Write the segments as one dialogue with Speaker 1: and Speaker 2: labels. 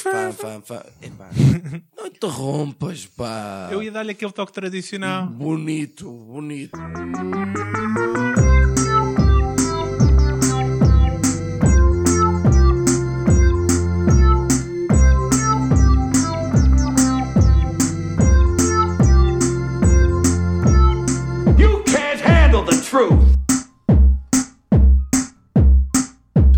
Speaker 1: Epá, Não interrompas, pá.
Speaker 2: Eu ia dar-lhe aquele toque tradicional.
Speaker 3: Uhum.
Speaker 1: Bonito, bonito.
Speaker 4: You can't handle the truth.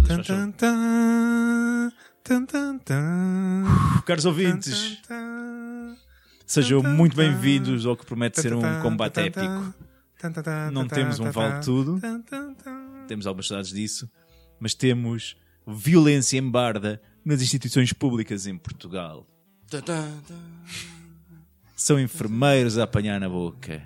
Speaker 2: Tan, tan, tan, tan, tan, tan,
Speaker 3: Caros
Speaker 2: tan,
Speaker 3: ouvintes,
Speaker 2: tan,
Speaker 3: sejam muito bem-vindos ao que promete ser
Speaker 2: tan,
Speaker 3: um combate
Speaker 2: tan,
Speaker 3: épico.
Speaker 2: tan, tan, tan,
Speaker 3: Não
Speaker 2: tan,
Speaker 3: temos um
Speaker 2: tan,
Speaker 3: vale
Speaker 2: tan,
Speaker 3: tudo.
Speaker 2: tan, tan, tan.
Speaker 3: Temos algumas saudades disso, mas temos violência em barda nas instituições públicas em Portugal. São enfermeiros a apanhar na boca,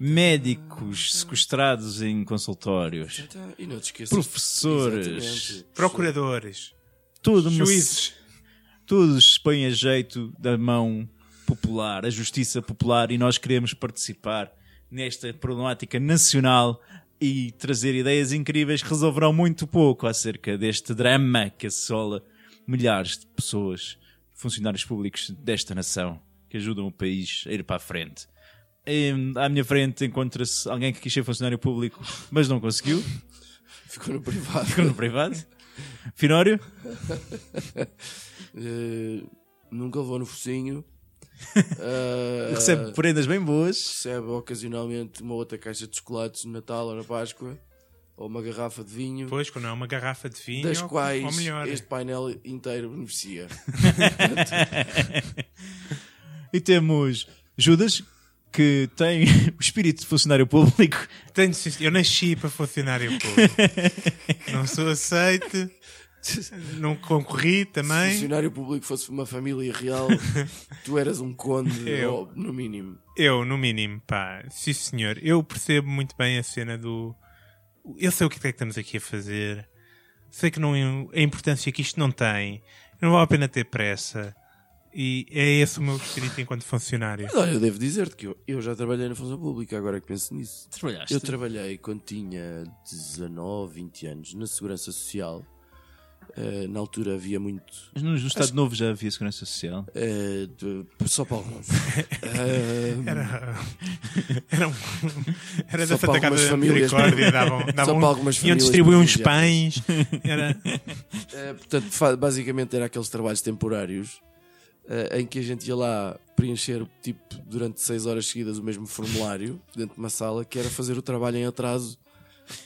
Speaker 3: médicos sequestrados em consultórios,
Speaker 1: E não te esqueças.
Speaker 3: professores,
Speaker 1: Exatamente.
Speaker 2: Procuradores,
Speaker 3: tudo uma-
Speaker 2: juízes,
Speaker 3: todos se põem a jeito da mão popular, a justiça popular, e nós queremos participar nesta problemática nacional e trazer ideias incríveis que resolverão muito pouco acerca deste drama que assola milhares de pessoas, funcionários públicos desta nação, que ajudam o país a ir para a frente. Em- à minha frente encontra-se alguém que quis ser funcionário público, mas não conseguiu,
Speaker 1: Ficou no privado.
Speaker 3: ficou no privado. Finório,
Speaker 1: Eh, nunca levou no focinho. Eh,
Speaker 3: recebe prendas bem boas.
Speaker 1: recebe ocasionalmente uma outra caixa de chocolates no Natal ou na Páscoa. Ou uma garrafa de vinho.
Speaker 2: pois, quando é uma garrafa de vinho,
Speaker 1: das
Speaker 2: ou-
Speaker 1: quais
Speaker 2: ou melhor,
Speaker 1: este painel inteiro beneficia.
Speaker 3: E temos Judas, que tem o espírito de funcionário público.
Speaker 2: Tenho de ser- eu nasci para funcionário público. não sou aceite, não
Speaker 1: Se
Speaker 2: concorri
Speaker 1: o
Speaker 2: também.
Speaker 1: funcionário público fosse uma família real, tu eras um conde,
Speaker 2: Eu.
Speaker 1: ou, no mínimo.
Speaker 2: Eu, no mínimo, pá, sim senhor. Eu percebo muito bem a cena do. Eu sei o que é que estamos aqui a fazer. Sei que não é um, a importância que isto não tem. Não vale a pena ter pressa. E é esse o meu espírito enquanto funcionário.
Speaker 1: Mas olha, eu devo dizer-te que eu, eu já trabalhei na função pública, agora que penso nisso.
Speaker 3: Trabalhaste.
Speaker 1: Eu trabalhei quando tinha 19, 20 anos na Segurança Social. Eh, na altura havia muito.
Speaker 3: Mas no Estado Novo já havia segurança social.
Speaker 1: eh, de- só para alguns. Eh,
Speaker 2: Era. Era, um, era
Speaker 1: Só para
Speaker 2: da Santa
Speaker 1: algumas
Speaker 2: Casa da
Speaker 1: famílias.
Speaker 2: Misericórdia. Davam, davam, um,
Speaker 1: para algumas
Speaker 2: iam
Speaker 1: famílias
Speaker 2: distribuir uns pães.
Speaker 1: privilegiadas.
Speaker 2: Era,
Speaker 1: Eh, portanto, fa- basicamente era aqueles trabalhos temporários eh, em que a gente ia lá preencher tipo, durante seis horas seguidas o mesmo formulário dentro de uma sala, que era fazer o trabalho em atraso.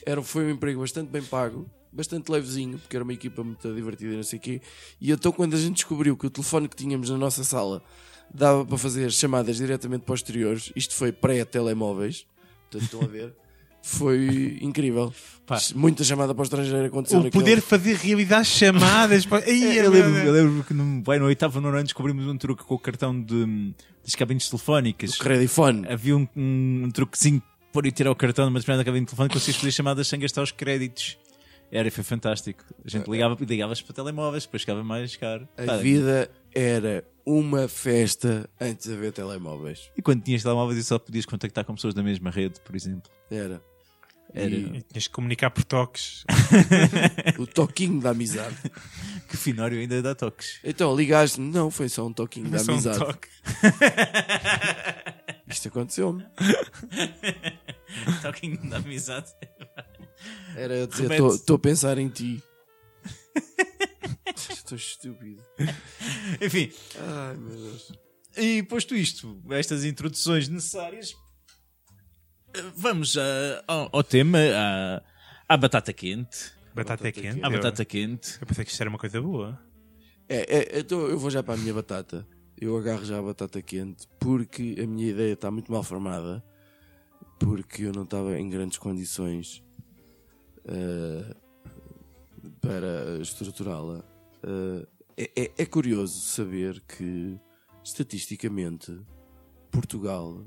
Speaker 1: Era, foi um emprego bastante bem pago, bastante levezinho, porque era uma equipa muito divertida e não sei o quê. E então, quando a gente descobriu que o telefone que tínhamos na nossa sala dava para fazer chamadas diretamente para os exteriores, isto foi pré-telemóveis, portanto, estão a ver. Foi incrível.
Speaker 3: Pá.
Speaker 1: Muita chamada para o estrangeiro aconteceu.
Speaker 2: o
Speaker 1: naquele-
Speaker 2: poder fazer realidade chamadas. pá.
Speaker 1: É,
Speaker 2: Ai, meu
Speaker 3: eu, lembro,
Speaker 2: Deus.
Speaker 3: eu lembro que no, bem, no oitavo no ano descobrimos um truque com o cartão de, das cabines telefónicas.
Speaker 1: Credifone.
Speaker 3: Havia um, um, um truquezinho para ir tirar o cartão de uma determinada cabine telefónica conseguias fazer chamadas sem gastar os créditos. Era, foi fantástico. A gente ligava, ligavas para telemóveis, depois ficava mais caro.
Speaker 1: É, A
Speaker 3: Pá,
Speaker 1: vida era uma festa antes de haver telemóveis.
Speaker 3: E quando tinhas telemóveis e só podias contactar com pessoas da mesma rede, por exemplo.
Speaker 1: Era.
Speaker 3: Era.
Speaker 1: E
Speaker 2: E Tinhas que comunicar por toques.
Speaker 1: o toquinho da amizade.
Speaker 3: Que Finório ainda dá toques.
Speaker 1: Então ligaste-me, não, foi só um toquinho da
Speaker 2: Só um
Speaker 1: amizade.
Speaker 2: toque.
Speaker 1: Isto aconteceu-me.
Speaker 3: Toquinho da amizade.
Speaker 1: Era eu dizer,
Speaker 3: Remete.
Speaker 1: estou a pensar em ti. Estou estúpido.
Speaker 3: Enfim,
Speaker 1: Ai meu Deus.
Speaker 3: e posto isto, estas introduções necessárias, vamos ah, ao, ao tema, à, à batata quente.
Speaker 2: Batata é quente.
Speaker 3: À Ah, batata quente.
Speaker 2: Eu pensei que isto era uma coisa boa.
Speaker 1: É, é, então eu vou já para a minha batata. Eu agarro já a batata quente porque a minha ideia está muito mal formada. Porque eu não estava em grandes condições eh, para estruturá-la. Eh, é, é- é curioso saber que, estatisticamente, Portugal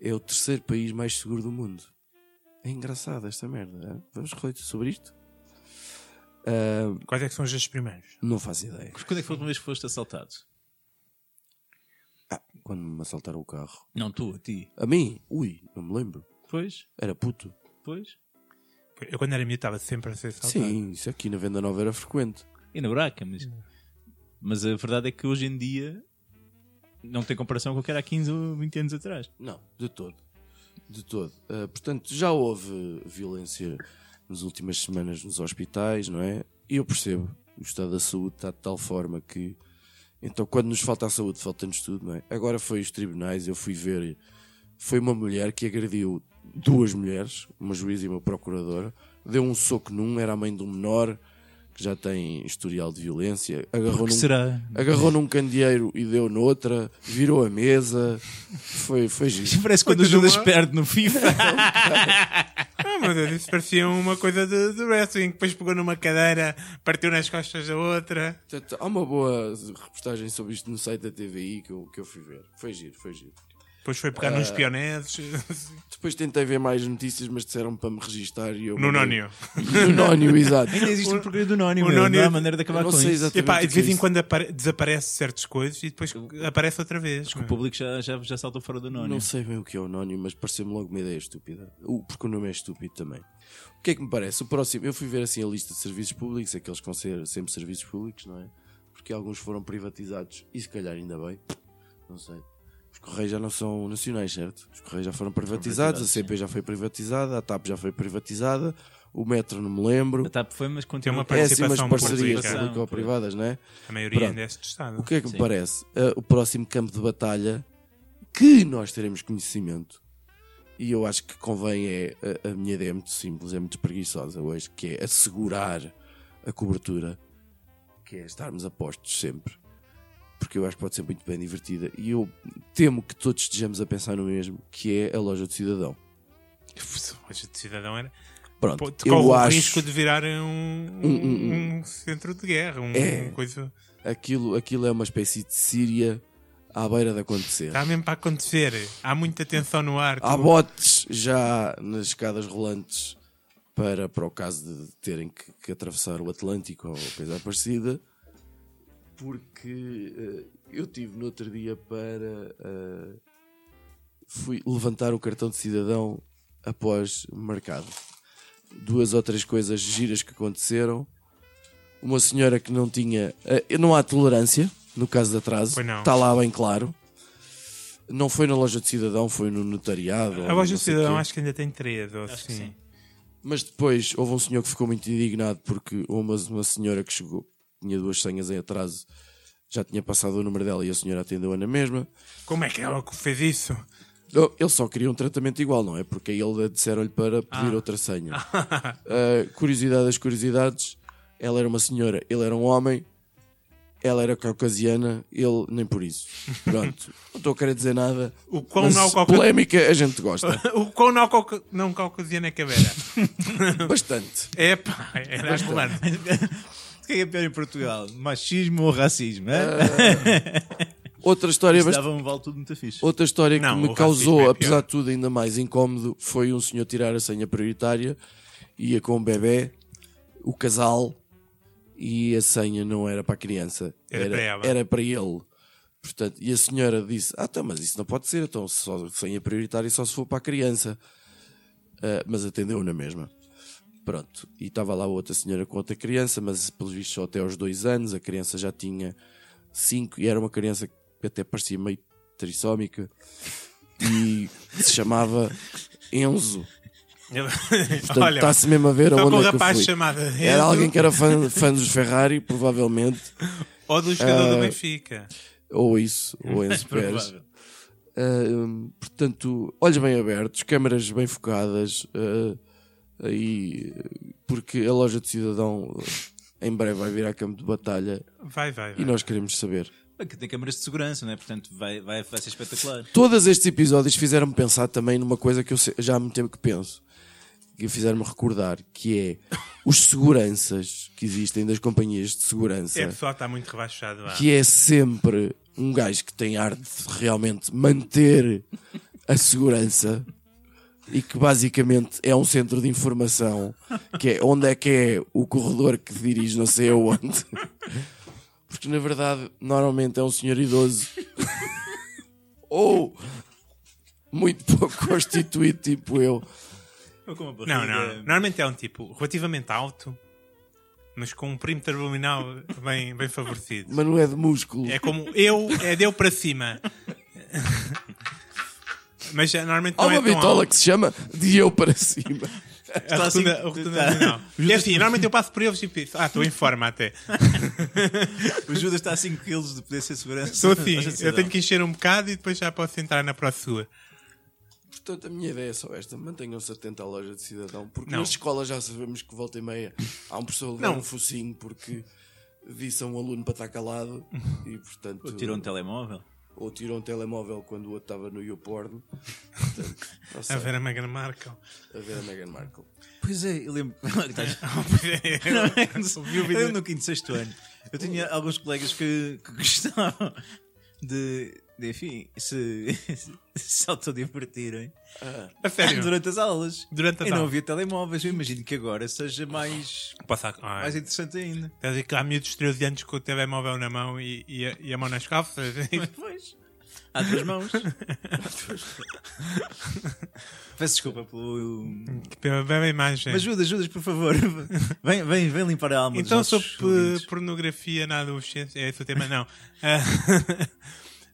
Speaker 1: é o terceiro país mais seguro do mundo. É engraçado esta merda. é? Vamos refletir sobre isto? Ah,
Speaker 2: Quais é que são os dois primeiros?
Speaker 1: não faço ideia.
Speaker 3: Mas quando é que foi a última vez que foste assaltado?
Speaker 1: Quando me assaltaram o carro.
Speaker 3: Não, tu, a ti.
Speaker 1: A mim? Ui, não me lembro.
Speaker 3: Pois,
Speaker 1: Era puto.
Speaker 3: pois.
Speaker 2: Eu quando era miúdo estava sempre a ser saltado.
Speaker 1: Sim, Ah, isso aqui na Venda Nova era frequente.
Speaker 3: E na buraca, mas... Mas a verdade é que hoje em dia não tem comparação com o que era há 15 ou 20 anos atrás.
Speaker 1: Não, de todo. De todo. Ah, portanto, já houve violência nas últimas semanas nos hospitais, não é? E eu percebo. O estado da saúde está de tal forma que. Então, quando nos falta a saúde, falta-nos tudo, não é? Agora foi os tribunais, eu fui ver. Foi uma mulher que agrediu duas mulheres, uma juíza e uma procuradora. Deu um soco num, era a mãe de um menor que já tem historial de violência. Agarrou
Speaker 3: que
Speaker 1: num,
Speaker 3: será?
Speaker 1: agarrou num candeeiro e deu noutra, virou a mesa. Foi, foi giro.
Speaker 3: Parece quando o
Speaker 2: Coisa de
Speaker 3: Judas
Speaker 2: uma-
Speaker 3: perde no FIFA.
Speaker 2: Ah, meu Deus, isso parecia uma coisa de, de wrestling. Depois pegou numa cadeira, partiu nas costas da outra.
Speaker 1: Portanto, há uma boa reportagem sobre isto no site da TVI que eu, que eu fui ver. Foi giro, foi giro.
Speaker 2: Depois foi pegar
Speaker 1: Ah.
Speaker 2: nos pioneses.
Speaker 1: Depois tentei ver mais notícias, mas disseram para me registar e eu.
Speaker 2: No Nónio.
Speaker 1: Nonónio, exato.
Speaker 3: Ainda existe um programa do Nónio,
Speaker 2: o
Speaker 3: meu.
Speaker 2: Nónio-
Speaker 3: não há maneira de acabar
Speaker 1: Eu não
Speaker 3: com
Speaker 1: sei
Speaker 3: isso.
Speaker 1: exatamente.
Speaker 2: E pá,
Speaker 1: o que
Speaker 2: de vez
Speaker 1: é
Speaker 2: em
Speaker 1: isso.
Speaker 2: quando apare- desaparece certas coisas e depois aparece outra vez. é?
Speaker 3: O público já, já, já saltou fora do Nónio.
Speaker 1: Não sei bem o que é o Nónio, mas pareceu-me logo uma ideia estúpida. O- Porque o nome é estúpido também. O que é que me parece? O próximo. Eu fui ver assim a lista de serviços públicos, aqueles que vão ser sempre serviços públicos, não é? Porque alguns foram privatizados e se calhar ainda bem. Não sei. Os Correios já não são nacionais, certo? Os Correios já foram privatizados, a CP já foi privatizada, a TAP já foi privatizada, o Metro não me lembro.
Speaker 3: A TAP foi, mas continua
Speaker 2: uma
Speaker 3: a
Speaker 2: parte-
Speaker 3: parecer-
Speaker 1: Péssimas
Speaker 2: participação
Speaker 1: parcerias
Speaker 2: pública.
Speaker 1: público-privadas, não é?
Speaker 2: A maioria
Speaker 1: Pronto.
Speaker 2: ainda é deste estado.
Speaker 1: O que é que me parece? Ah, o próximo campo de batalha que nós teremos conhecimento, e eu acho que convém é. A, a minha ideia é muito simples, é muito preguiçosa hoje, que é assegurar a cobertura, que é estarmos a postos sempre. Porque eu acho que pode ser muito bem divertida. E eu temo que todos estejamos a pensar no mesmo, que é a loja do cidadão.
Speaker 2: Hoje de cidadão era.
Speaker 1: Pronto,
Speaker 2: Pô, te corre
Speaker 1: eu
Speaker 2: o
Speaker 1: acho
Speaker 2: risco de virar um,
Speaker 1: um,
Speaker 2: um centro de guerra. Um,
Speaker 1: É.
Speaker 2: um coisa.
Speaker 1: aquilo, aquilo é uma espécie de Síria à beira de acontecer.
Speaker 2: Está mesmo para acontecer. Há muita tensão no ar.
Speaker 1: Há
Speaker 2: Tu-
Speaker 1: botes já nas escadas rolantes para, para o caso de terem que, que atravessar o Atlântico ou coisa parecida, porque eh, eu tive no outro dia para. eh, fui levantar o cartão de cidadão após mercado. Duas ou três coisas giras que aconteceram. Uma senhora que não tinha. eh, não há tolerância no caso de atraso,
Speaker 2: Pois não.
Speaker 1: está lá bem claro. Não foi na loja de cidadão, foi no notariado.
Speaker 2: A voz do
Speaker 1: não sei
Speaker 2: cidadão
Speaker 1: quê.
Speaker 2: acho que ainda tem três, ou assim.
Speaker 3: sim.
Speaker 1: Mas depois houve um senhor que ficou muito indignado porque uma, uma senhora que chegou, tinha duas senhas em atraso, já tinha passado o número dela e a senhora atendeu-a na mesma.
Speaker 2: Como é que ela fez isso?
Speaker 1: Oh, Ele só queria um tratamento igual, não é? Porque aí ele disseram-lhe para pedir outra senha. Ah, curiosidade das curiosidades: ela era uma senhora, ele era um homem, ela era caucasiana, ele nem por isso. Pronto, não estou a querer dizer nada.
Speaker 2: O quão
Speaker 1: mas
Speaker 2: não cauca-
Speaker 1: polémica a gente gosta.
Speaker 2: O quão não, cauca... não caucasiano é que era?
Speaker 1: Bastante.
Speaker 2: É pá, era angolano.
Speaker 3: O que é que é pior em Portugal? Machismo ou racismo? é?
Speaker 1: Outra história
Speaker 3: Isto
Speaker 1: bastante.
Speaker 3: dava um vale tudo muito fixe.
Speaker 1: Outra história
Speaker 2: Não,
Speaker 1: que
Speaker 2: o
Speaker 1: me
Speaker 2: racismo
Speaker 1: causou,
Speaker 2: é pior.
Speaker 1: apesar de tudo, ainda mais incómodo foi um senhor tirar a senha prioritária, ia com o bebê, o casal, e a senha não era para a criança,
Speaker 2: Era para ela.
Speaker 1: era para ele. Portanto, e a senhora disse: Ah, então, mas isso não pode ser, então só senha prioritária só se for para a criança. Ah, mas atendeu na mesma. Pronto, e estava lá outra senhora com outra criança, mas pelos vistos só até aos dois anos, a criança já tinha cinco e era uma criança que até parecia meio trissómica e se chamava Enzo. Portanto,
Speaker 2: Olha,
Speaker 1: está-se mesmo a ver
Speaker 2: estou
Speaker 1: aonde
Speaker 2: com um
Speaker 1: é que eu
Speaker 2: rapaz
Speaker 1: fui.
Speaker 2: chamado
Speaker 1: Era
Speaker 2: Enzo.
Speaker 1: alguém que era fã, fã dos Ferrari, provavelmente,
Speaker 2: ou do jogador
Speaker 1: Ah,
Speaker 2: do Benfica.
Speaker 1: ou isso, ou Enzo Pérez.
Speaker 3: Provável.
Speaker 1: Ah, hum, portanto, olhos bem abertos, câmaras bem focadas, ah, aí, porque a loja de cidadão ah, em breve vai virar campo de batalha
Speaker 2: Vai, vai,
Speaker 1: e
Speaker 2: vai.
Speaker 1: nós queremos saber.
Speaker 3: Bem, que tem câmaras de segurança, não é? Portanto, vai, vai, vai ser espetacular.
Speaker 1: Todos estes episódios fizeram-me pensar também numa coisa que eu se- já há muito tempo que penso, que fizeram-me recordar, que é os seguranças que existem das companhias de segurança,
Speaker 2: É, pessoal está muito rebaixado lá.
Speaker 1: que é sempre um gajo que tem ar de realmente manter a segurança e que basicamente é um centro de informação, que é onde é que é o corredor que dirige não sei aonde. Porque na verdade, normalmente é um senhor idoso ou muito pouco constituído, tipo eu,
Speaker 3: Ou com uma
Speaker 2: Não,
Speaker 3: barriga.
Speaker 2: não. Normalmente é um tipo relativamente alto, mas com um perímetro abdominal bem, bem favorecido.
Speaker 1: Mas não é de músculo.
Speaker 2: É como eu, é deu para cima. Mas é, normalmente
Speaker 1: Há
Speaker 2: não
Speaker 1: uma
Speaker 2: é tão
Speaker 1: bitola
Speaker 2: alto.
Speaker 1: que se chama de eu para cima.
Speaker 2: A
Speaker 3: Está assim-
Speaker 2: rotunda, a rotunda abdominal. É assim, normalmente eu passo por eles e penso, ah, estou em forma até.
Speaker 3: O Judas está a 5 kg de poder ser segurança.
Speaker 2: Estou assim,
Speaker 3: da sociedade.
Speaker 2: eu tenho que encher um bocado e depois já posso entrar na próxima.
Speaker 1: Portanto, a minha ideia é só esta: mantenham-se atentos à loja de cidadão, porque
Speaker 2: Não.
Speaker 1: nas escolas já sabemos que volta e meia há um professor a levar
Speaker 2: Não.
Speaker 1: um focinho porque disse a um aluno para estar calado e, portanto,
Speaker 3: Ou tirou um telemóvel.
Speaker 1: ou tirou um telemóvel quando o outro estava no YouPorn. Portanto, não sei,
Speaker 2: A ver a Meghan Markle.
Speaker 1: a ver a Meghan Markle.
Speaker 3: Pois é, eu lembro. é
Speaker 2: Ouvi o vídeo.
Speaker 3: eu no quinto, sexto ano. Eu tinha alguns colegas que, que gostavam de, de, enfim, se, se autodivertirem
Speaker 2: A sério.
Speaker 3: durante as aulas.
Speaker 2: Durante as
Speaker 3: e não
Speaker 2: aulas.
Speaker 3: havia telemóveis. Eu imagino que agora seja mais,
Speaker 2: Passa- ah,
Speaker 3: mais interessante ainda.
Speaker 2: Quer dizer que há miúdos de 13 anos com o telemóvel na mão e, e a, e a mão nas calças.
Speaker 3: Pois. Há duas mãos. Peço desculpa pelo.
Speaker 2: Pela bela é imagem.
Speaker 3: Mas Judas, Judas, por favor, vem, vem, vem limpar a alma dos
Speaker 2: então, sobre
Speaker 3: nossos
Speaker 2: eh,
Speaker 3: ouvintes.
Speaker 2: pornografia na adolescência, é esse o tema, não. Ah,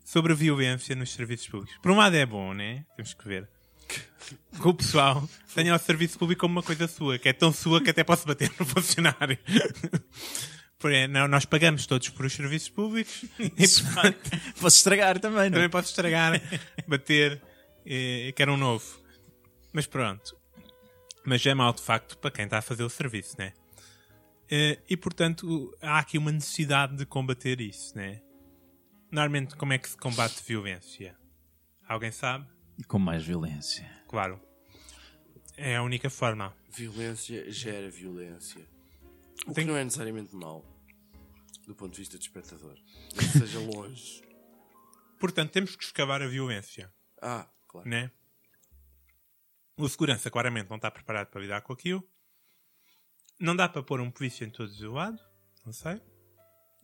Speaker 2: sobre a violência nos serviços públicos. Por um lado é bom, né? Temos que ver. Que o pessoal tenha o serviço público como uma coisa sua, que é tão sua que até posso bater no funcionário. Por é, não, nós pagamos todos por os serviços públicos e portanto,
Speaker 3: Posso estragar também, não é?
Speaker 2: também posso estragar, bater, eh, quero um novo. Mas pronto. Mas é mau de facto para quem está a fazer o serviço, né? Eh, E portanto há aqui uma necessidade de combater isso, né? Normalmente, como é que se combate violência? Alguém sabe?
Speaker 3: Com mais violência.
Speaker 2: Claro. É a única forma.
Speaker 1: Violência gera violência. O
Speaker 2: Tem-
Speaker 1: que não é necessariamente mau, do ponto de vista do espectador. Nem que seja longe.
Speaker 2: Portanto, temos que escavar a violência.
Speaker 1: Ah, claro.
Speaker 2: né? O segurança claramente não está preparado para lidar com aquilo. Não dá para pôr um polícia em todo o lado, não sei.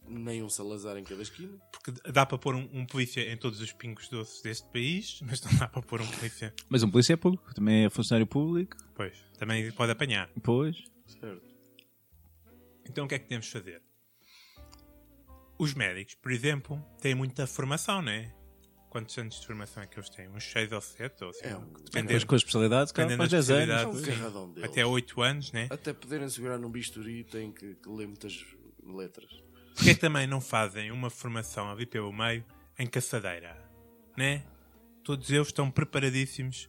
Speaker 1: Nem um Salazar em cada esquina.
Speaker 2: Porque dá para pôr um, um polícia em todos os pingos doces deste país, mas não dá para pôr um polícia.
Speaker 3: Mas um polícia é público, também é funcionário público,
Speaker 2: Pois, também pode apanhar.
Speaker 3: pois.
Speaker 1: Certo.
Speaker 2: Então o que é que temos de fazer? Os médicos, por exemplo, têm muita formação, não é? Quantos anos de formação é que eles têm? Uns 6 ou 7? Ou assim,
Speaker 1: É
Speaker 2: seja,
Speaker 1: um-
Speaker 3: Depois
Speaker 2: dependendo,
Speaker 3: com a especialidade, cara,
Speaker 2: dependendo
Speaker 3: faz
Speaker 2: da
Speaker 3: 10 anos.
Speaker 1: É um carradão
Speaker 2: especialidade.
Speaker 1: deles.
Speaker 2: Até 8 anos, né?
Speaker 1: Até poderem segurar num bisturi têm que, que ler muitas letras.
Speaker 2: Porque é que também não fazem uma formação ali pelo meio em caçadeira? Né? Todos eles estão preparadíssimos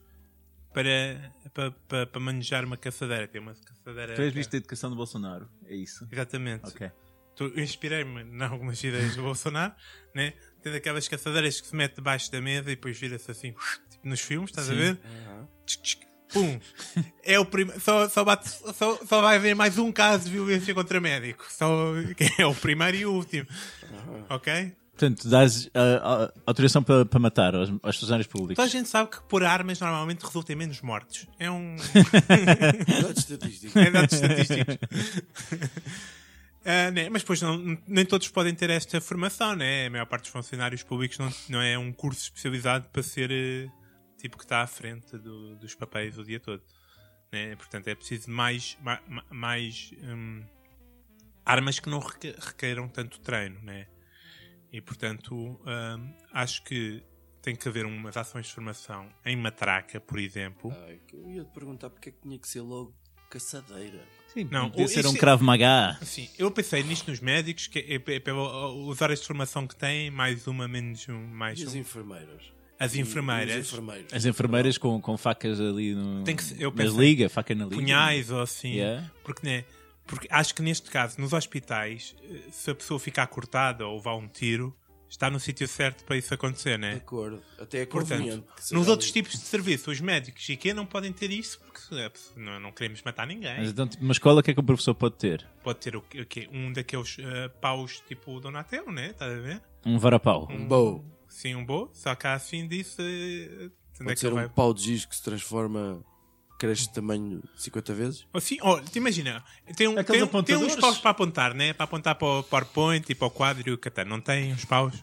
Speaker 2: para, para, para, para manejar uma caçadeira. Tem uma caçadeira.
Speaker 3: Tu és visto a educação do Bolsonaro, é isso?
Speaker 2: Exatamente.
Speaker 3: Ok.
Speaker 2: Tu- eu Inspirei-me em algumas ideias do Bolsonaro, né? Tens aquelas caçadeiras que se mete debaixo da mesa e depois vira-se assim, tipo nos filmes, estás a ver? Tch, tch, Pum! É o primeiro. Só, só, bate- só, só vai haver mais um caso de violência contra médico. Só... que É o primeiro e o último. Ok?
Speaker 3: Portanto, dás ah, ah, autorização para, para matar aos, aos funcionários públicos.
Speaker 2: Toda Então a gente sabe que pôr armas normalmente resulta em menos mortes. É um.
Speaker 1: Dados estatísticos.
Speaker 2: é dados estatísticos. Ah, né, Mas depois não- nem todos podem ter esta formação, né? A maior parte dos funcionários públicos não, não é um curso especializado para ser eh, tipo que está à frente do- dos papéis o dia todo. Né? Portanto, é preciso mais, ma- ma- mais hum, armas que não reque- requeram tanto treino, né? E portanto, hum, acho que tem que haver umas ações de formação em matraca, por exemplo.
Speaker 1: Ai, que eu ia te perguntar porque é que tinha que ser logo caçadeira.
Speaker 3: Sim,
Speaker 2: Não,
Speaker 3: podia
Speaker 2: o-
Speaker 3: ser
Speaker 2: isso-
Speaker 3: um cravo magá.
Speaker 2: Sim, eu pensei nisto nos médicos, que é, é, é para usar a formação que têm, mais uma, menos um, mais
Speaker 1: E as
Speaker 2: um.
Speaker 1: enfermeiras?
Speaker 2: As
Speaker 1: E- e os
Speaker 2: enfermeiras,
Speaker 1: enfermeiros.
Speaker 3: As enfermeiras com, com facas ali no,
Speaker 2: Tem que ser- eu
Speaker 3: nas
Speaker 2: pensei-
Speaker 3: liga, faca na liga.
Speaker 2: punhais ou assim.
Speaker 3: Yeah.
Speaker 2: Porque, né, porque acho que neste caso, nos hospitais, eh, se a pessoa ficar cortada ou levar um tiro, está no sítio certo para isso acontecer,
Speaker 1: De
Speaker 2: né?
Speaker 1: acordo. Até é conveniente.
Speaker 2: Portanto,
Speaker 1: que seja
Speaker 2: nos outros
Speaker 1: ali.
Speaker 2: tipos de serviço, os médicos e quê não podem ter isso porque eh, não, não queremos matar ninguém.
Speaker 3: Mas então, tipo, uma escola, o que é que o professor pode ter?
Speaker 2: Pode ter o, quê? o quê? Um daqueles eh, paus tipo o Donatello, né? Estás a ver?
Speaker 3: Um varapau.
Speaker 1: Um bow.
Speaker 2: Sim, um bom, só que há assim disso. eh, Onde é
Speaker 1: Pode
Speaker 2: que
Speaker 1: ser
Speaker 2: ele
Speaker 1: um
Speaker 2: vai?
Speaker 1: pau de giz que se transforma, cresce de tamanho 50 vezes.
Speaker 2: Assim, olha, te imagina, tem, um,
Speaker 3: Aqueles
Speaker 2: tem, um- tem uns
Speaker 3: apontadores?
Speaker 2: paus para apontar, né? Para apontar para o PowerPoint e para o quadro e o catano. Não tem uns paus?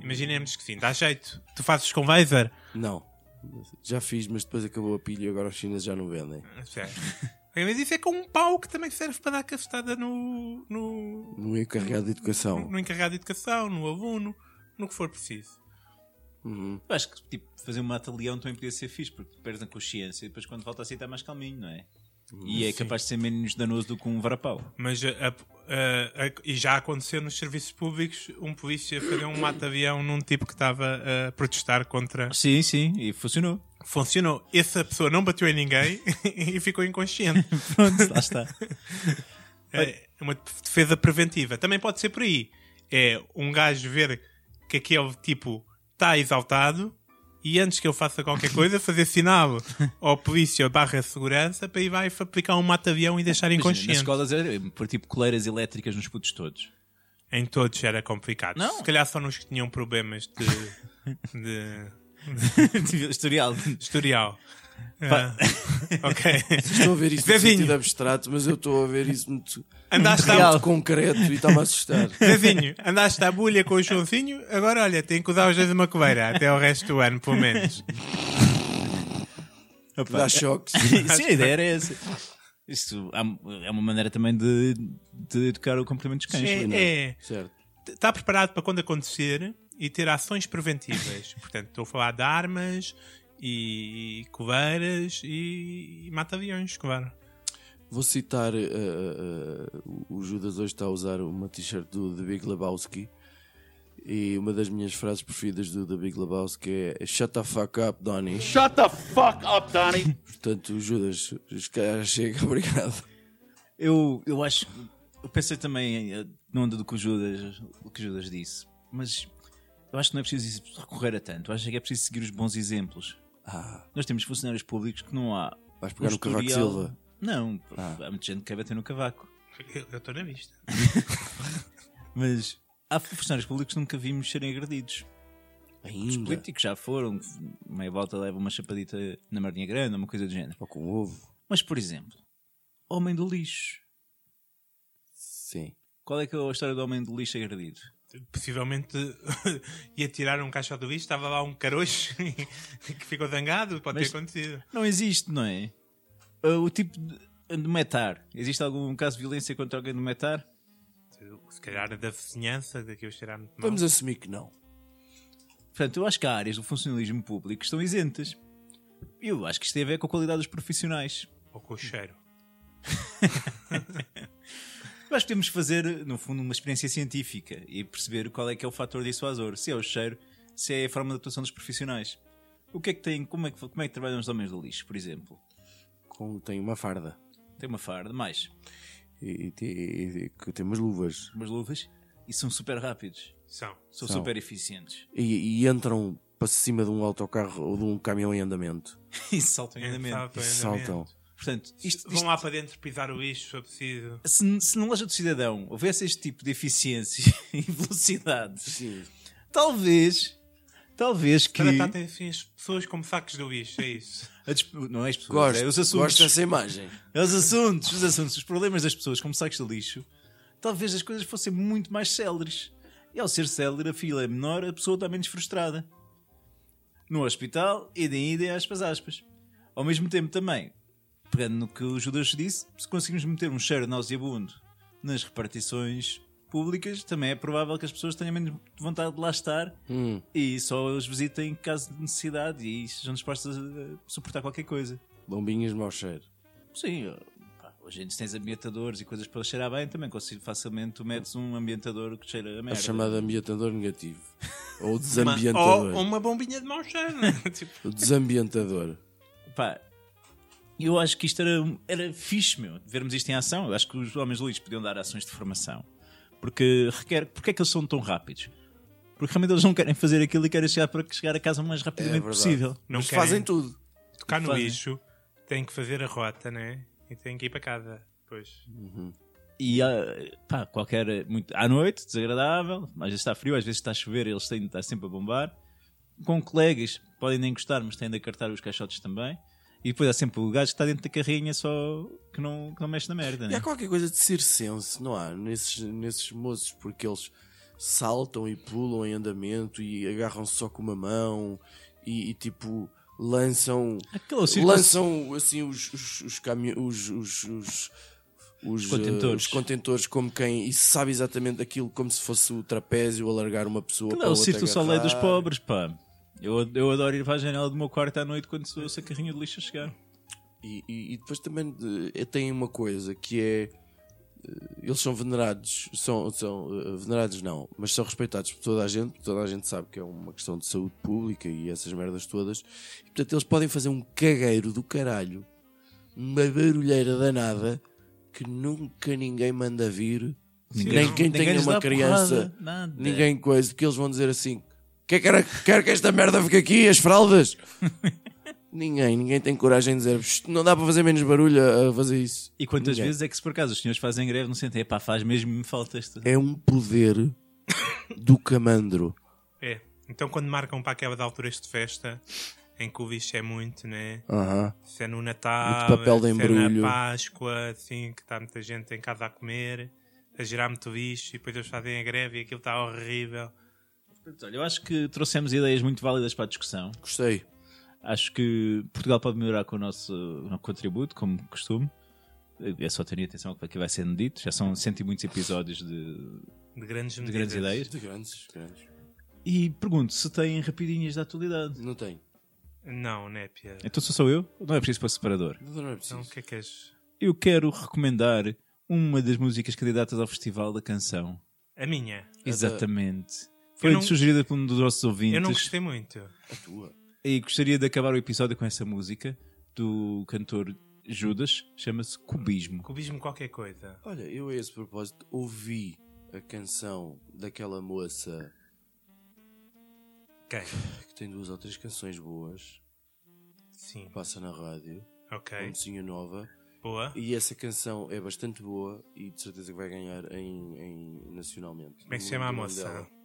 Speaker 2: Imaginemos que sim, dá jeito. Tu fazes com laser?
Speaker 1: Não. Já fiz, mas depois acabou a pilha e agora os chineses já não vendem.
Speaker 2: Certo. Ok, Mas isso é com um pau que também serve para dar castada no, no,
Speaker 1: Não é carregado de educação.
Speaker 2: no encarregado de educação, no aluno, no que for preciso. Hum.
Speaker 3: Eu acho que tipo, fazer um mata-leão também podia ser fixe, porque perdes a consciência e depois quando volta a si está mais calminho, não é?
Speaker 2: Hum,
Speaker 3: E é capaz de ser menos danoso do que um varapau.
Speaker 2: Mas eh, a- a- a- a- e já aconteceu nos serviços públicos um polícia fazer um mata-avião num tipo que estava a protestar contra.
Speaker 3: Sim, sim, e funcionou.
Speaker 2: Funcionou. Essa pessoa não bateu em ninguém e ficou inconsciente.
Speaker 3: Pronto, lá está.
Speaker 2: É uma defesa preventiva. Também pode ser por aí. É um gajo ver que aquele tipo está exaltado e antes que ele faça qualquer coisa, fazer sinal ao polícia barra segurança para ir vai aplicar um mata-avião e deixar
Speaker 3: Imagina, nas
Speaker 2: inconsciente.
Speaker 3: escolas era por tipo coleiras elétricas nos putos todos.
Speaker 2: Em todos era complicado.
Speaker 3: Não.
Speaker 2: Se calhar só nos que tinham problemas de, de
Speaker 3: Tive Historial.
Speaker 2: historial.
Speaker 3: Pá.
Speaker 2: Ah, ok.
Speaker 1: Estou a ver isso no
Speaker 2: Zezinho.
Speaker 1: sentido abstrato, mas eu estou a ver isso muito,
Speaker 2: Andaste a,
Speaker 1: muito concreto e está-me a assustar.
Speaker 2: Zezinho, andaste à bulha com o Joãozinho, agora olha, tem que usar os dois uma coveira até ao resto do ano, pelo menos.
Speaker 1: Dá choques.
Speaker 3: Sim, a ideia era essa. Isso há- é uma maneira também de, de educar o comportamento dos cães.
Speaker 2: É, é,
Speaker 1: Certo.
Speaker 2: está preparado para quando acontecer e ter ações preventivas. Portanto, estou a falar de armas e coveiras e, e mata-aviões, claro.
Speaker 1: Vou citar. eh, eh, eh, o Judas hoje está a usar uma t-shirt do The Big Lebowski. E uma das minhas frases preferidas do The Big Lebowski é Shut the fuck up, Donnie.
Speaker 4: Shut the fuck up, Donnie.
Speaker 1: Portanto, o Judas, os caras chega, obrigado.
Speaker 3: Eu, eu acho. Eu pensei também eh, na onda do que o Judas, o que o Judas disse, mas eu acho que não é preciso isso recorrer a tanto. Eu acho que é preciso seguir os bons exemplos.
Speaker 1: Ah,
Speaker 3: Nós temos funcionários públicos que não é há.
Speaker 1: vais pegar no Cavaco
Speaker 3: historial-
Speaker 1: Silva.
Speaker 3: Não, há muita gente que quer bater no cavaco.
Speaker 2: Eu eu estou na vista.
Speaker 3: Mas há funcionários públicos que nunca vimos serem agredidos. Os
Speaker 1: Ainda.
Speaker 3: políticos já foram, meia volta leva uma chapadita na Marinha Grande, uma coisa do género.
Speaker 1: Ou com ovo.
Speaker 3: Mas, por exemplo, Homem do Lixo.
Speaker 1: Sim.
Speaker 3: Qual é que é a história do Homem do Lixo agredido?
Speaker 2: Possivelmente ia tirar um caixa do lixo, estava lá um caroxo que ficou zangado, pode
Speaker 3: Mas-
Speaker 2: ter acontecido.
Speaker 3: Não existe, não é? Ah, O tipo de, de metar. Existe algum caso de violência contra alguém de metar?
Speaker 2: Se calhar da vizinhança, daqui eu cheirar muito mal.
Speaker 1: Vamos assumir que não.
Speaker 3: Portanto, eu acho que há áreas do funcionalismo público que estão isentas. Eu acho que isto tem a ver com a qualidade dos profissionais.
Speaker 2: Ou com o cheiro.
Speaker 3: Nós podemos fazer, no fundo, uma experiência científica e perceber qual é que é o fator dissuasor. Se é o cheiro, se é a forma de atuação dos profissionais. O que é que tem, como é que, como é que trabalham os homens do lixo, por exemplo?
Speaker 1: Com, tem uma farda.
Speaker 3: Tem uma farda, mais
Speaker 1: E, e, e, e que tem umas luvas.
Speaker 3: umas luvas e são super rápidos.
Speaker 2: São.
Speaker 3: São,
Speaker 1: São.
Speaker 3: super eficientes.
Speaker 1: E, e entram para cima de um autocarro ou de um caminhão em andamento.
Speaker 3: E saltam ainda menos.
Speaker 2: Saltam,
Speaker 1: E
Speaker 2: andamento.
Speaker 1: saltam.
Speaker 3: Portanto, isto,
Speaker 2: É Vão lá para dentro pisar o lixo, se for preciso.
Speaker 3: se, se na loja do cidadão houvesse este tipo de eficiência e velocidade,
Speaker 1: Sim.
Speaker 3: talvez, talvez que
Speaker 2: Cada tá assim as pessoas como sacos do lixo, é isso.
Speaker 3: a disp- não é as pessoas,
Speaker 1: Gosto,
Speaker 3: é os assuntos,
Speaker 1: gosto dessa imagem.
Speaker 3: é os assuntos, os assuntos, os problemas das pessoas como sacos de lixo, talvez as coisas fossem muito mais céleres. E ao ser célere, a fila é menor, a pessoa está menos frustrada. No hospital, idem, idem, aspas, aspas. Ao mesmo tempo também, pegando no que o Judas disse, se conseguimos meter um cheiro nauseabundo nas repartições públicas, também é provável que as pessoas tenham menos vontade de lá estar e só os visitem caso de necessidade e sejam dispostas a suportar qualquer coisa.
Speaker 1: Lombinhas de mau cheiro.
Speaker 3: Sim, eu- pá, hoje em dia tens ambientadores e coisas para cheirar bem, também consigo facilmente tu metes um ambientador que cheira a
Speaker 1: A
Speaker 3: merda.
Speaker 1: chamada ambientador negativo. Ou É
Speaker 2: Uma-
Speaker 1: desambientador.
Speaker 2: ou, ou uma bombinha de mau cheiro. né? Tipo,
Speaker 1: O desambientador.
Speaker 3: Pá, eu acho que isto era, era fixe, meu, vermos isto em ação. Eu acho que os homens do lixo podiam dar ações de formação. Porque requer... Porque é que eles são tão rápidos? Porque realmente eles não querem fazer aquilo e querem chegar, para chegar a casa o mais rapidamente
Speaker 1: É verdade.
Speaker 3: possível.
Speaker 2: não
Speaker 1: Mas
Speaker 2: querem
Speaker 1: fazem tudo.
Speaker 2: tocar no
Speaker 3: Fazem.
Speaker 2: lixo, tem que fazer a rota, né? E tem que ir para casa. Pois.
Speaker 3: E ah, pá, qualquer. Muito, à noite, desagradável, às vezes está frio, às vezes está a chover, eles têm de estar sempre a bombar. Com colegas, podem nem gostar, mas têm de acartar os caixotes também. E depois há sempre o gajo que está dentro da carrinha só que não, que não mexe na merda,
Speaker 2: É.
Speaker 1: E há
Speaker 3: né?
Speaker 1: qualquer coisa de circense, não há? Nesses, nesses moços, porque eles saltam e pulam em andamento e agarram-se só com uma mão e, e, tipo lançam
Speaker 3: Aquele é circo-
Speaker 1: lançam assim os os os, caminh- os, os, os- os,
Speaker 3: contentores.
Speaker 1: eh, os contentores como quem e se sabe exatamente aquilo como se fosse o trapézio alargar uma pessoa
Speaker 3: Aquilo
Speaker 1: para
Speaker 3: é o
Speaker 1: outra
Speaker 3: Circo do Soleil dos
Speaker 1: um agarrar.
Speaker 3: pobres, pá. Eu, eu adoro ir para a janela do meu quarto à noite quando se ouça a carrinha de lixo a chegar.
Speaker 1: E, e- e depois também eh, tem uma coisa que é. eh, Eles são venerados, são, são eh, venerados não, mas são respeitados por toda a gente, porque toda a gente sabe que é uma questão de saúde pública e essas merdas todas, e portanto eles podem fazer um cagueiro do caralho, uma barulheira danada, que nunca ninguém manda vir, nem quem
Speaker 3: Ninguém
Speaker 1: tenha
Speaker 3: lhes
Speaker 1: uma
Speaker 3: dá
Speaker 1: criança,
Speaker 3: porrada, nada.
Speaker 1: ninguém coisa, porque eles vão dizer assim: quer, quer, quer que esta merda fique aqui, as fraldas? ninguém, ninguém tem coragem de dizer "Psh, não dá para fazer menos barulho a- a fazer isso.
Speaker 3: E quantas
Speaker 1: Ninguém.
Speaker 3: vezes é que se por acaso os senhores fazem greve não sentem, epá, faz mesmo me falta esta.
Speaker 1: É um poder do camandro.
Speaker 2: É. Então quando marcam para aquela de alturas de festa, em que o bicho é muito, né?
Speaker 1: Aham.
Speaker 2: Se é no Natal,
Speaker 1: Muito papel de
Speaker 2: se é
Speaker 1: embrulho.
Speaker 2: na Páscoa, assim, que está muita gente em casa a comer, a gerar muito bicho, e depois eles fazem a greve e aquilo está horrível.
Speaker 3: Portanto, olha, eu acho que trouxemos ideias muito válidas para a discussão.
Speaker 1: Gostei.
Speaker 3: Acho que Portugal pode melhorar com o nosso, o nosso contributo, como costume. É só terem atenção para que vai sendo dito. Já são cento e muitos episódios de,
Speaker 2: De grandes
Speaker 3: de
Speaker 2: medidas.
Speaker 3: grandes ideias.
Speaker 1: De grandes, grandes.
Speaker 3: E pergunto se têm rapidinhas da atualidade.
Speaker 1: Não tenho.
Speaker 2: Não, né, Pia?
Speaker 3: Então sou só eu? Não é preciso para o separador.
Speaker 1: Não, não é
Speaker 2: Então
Speaker 1: preciso.
Speaker 2: o que é que és?
Speaker 3: Eu quero recomendar uma das músicas candidatas ao Festival da Canção.
Speaker 2: A minha.
Speaker 3: Exatamente. Foi
Speaker 2: não-
Speaker 3: sugerida por um dos nossos ouvintes.
Speaker 2: Eu não gostei muito.
Speaker 1: A tua.
Speaker 3: E gostaria de acabar o episódio com essa música do cantor Judas, chama-se Cubismo.
Speaker 2: Cubismo qualquer coisa.
Speaker 1: Olha, eu a esse propósito ouvi a canção daquela moça
Speaker 2: Ok.
Speaker 1: que tem duas ou três canções boas,
Speaker 2: Sim.
Speaker 1: passa na rádio,
Speaker 2: Ok.
Speaker 1: okay. mocinha nova.
Speaker 2: Boa.
Speaker 1: E essa canção é bastante boa e de certeza que vai ganhar em, em- nacionalmente.
Speaker 2: Como é que se chama a
Speaker 1: Não lembro o
Speaker 2: moça?
Speaker 1: nome dela.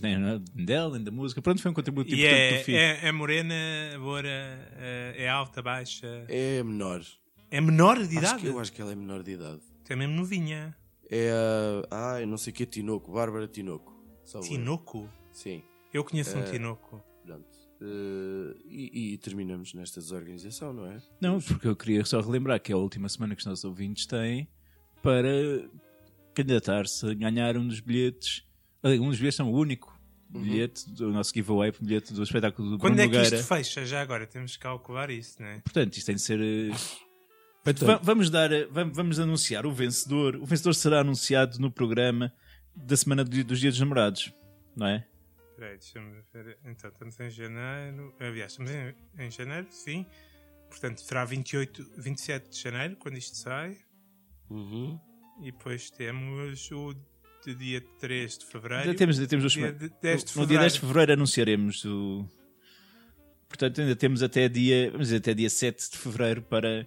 Speaker 3: Né, né, Dela, da música. Pronto, foi um contributo
Speaker 2: E
Speaker 3: importante
Speaker 2: é,
Speaker 3: do filho.
Speaker 2: é, é morena, loura, eh, é alta, baixa.
Speaker 1: É a menor.
Speaker 2: É menor de
Speaker 1: Acho
Speaker 2: idade?
Speaker 1: que, eu acho que ela é menor de idade.
Speaker 2: É mesmo novinha.
Speaker 1: É a. Ai, não sei o que, Tinoco. Bárbara Tinoco. Salvo erro.
Speaker 2: Tinoco?
Speaker 1: Sim,
Speaker 2: Eu conheço um Tinoco.
Speaker 1: pronto. Eh, e, e terminamos nesta desorganização, não é?
Speaker 3: Não, porque eu queria só relembrar que é a última semana que os nossos ouvintes têm para candidatar-se a ganhar um dos bilhetes. Ah, Um dos bilhetes não, o único bilhete do nosso giveaway, o bilhete do espetáculo do
Speaker 2: Quando
Speaker 3: Bruno
Speaker 2: é que
Speaker 3: Nogueira.
Speaker 2: isto fecha? Já agora temos que calcular isso, né?
Speaker 3: Portanto, isto tem de ser. eh, va- vamos, dar, eh, va- vamos anunciar o vencedor. O vencedor será anunciado no programa da semana do- dos Dias dos Namorados, não é?
Speaker 2: Peraí, deixa-me ver. Então, estamos em janeiro. Aliás, estamos em, em janeiro, sim. Portanto, será 28, 27 de janeiro, quando isto sai.
Speaker 1: Uhum.
Speaker 2: E depois temos o de dia 3 de fevereiro.
Speaker 3: Ainda temos, ainda temos duas
Speaker 2: Dia
Speaker 3: semanas.
Speaker 2: de- 10 de
Speaker 3: no dia 10 de
Speaker 2: fevereiro.
Speaker 3: fevereiro anunciaremos o. Portanto, ainda temos até dia, vamos dizer, até dia 7 de fevereiro para,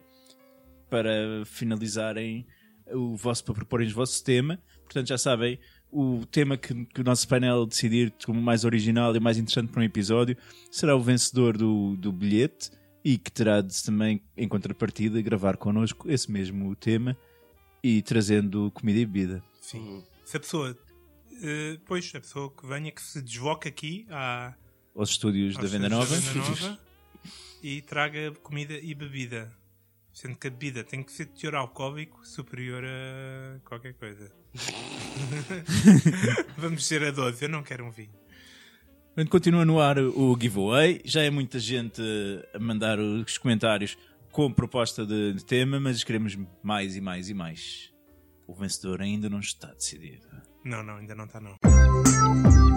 Speaker 3: para finalizarem o vosso, para proporem o vosso tema. Portanto, já sabem, o tema que, que o nosso painel decidir como mais original e mais interessante para um episódio será o vencedor do, do bilhete e que terá de também, em contrapartida, gravar connosco esse mesmo tema e trazendo comida e bebida.
Speaker 2: Sim. Se a pessoa. eh, pois, a pessoa que venha, que se desloque aqui à,
Speaker 3: Aos estúdios da
Speaker 2: aos
Speaker 3: Venda
Speaker 2: centros
Speaker 3: Nova.
Speaker 2: da Venda Nova e traga comida e bebida. Sendo que a bebida tem que ser de teor alcoólico superior a qualquer coisa. Vamos ser a 12, eu não quero um vinho.
Speaker 3: Portanto, Continua no ar o giveaway. Já é muita gente eh, a mandar os comentários com proposta de, de tema, mas queremos mais e mais e mais. O vencedor ainda não está decidido.
Speaker 2: Não, não, ainda não está não.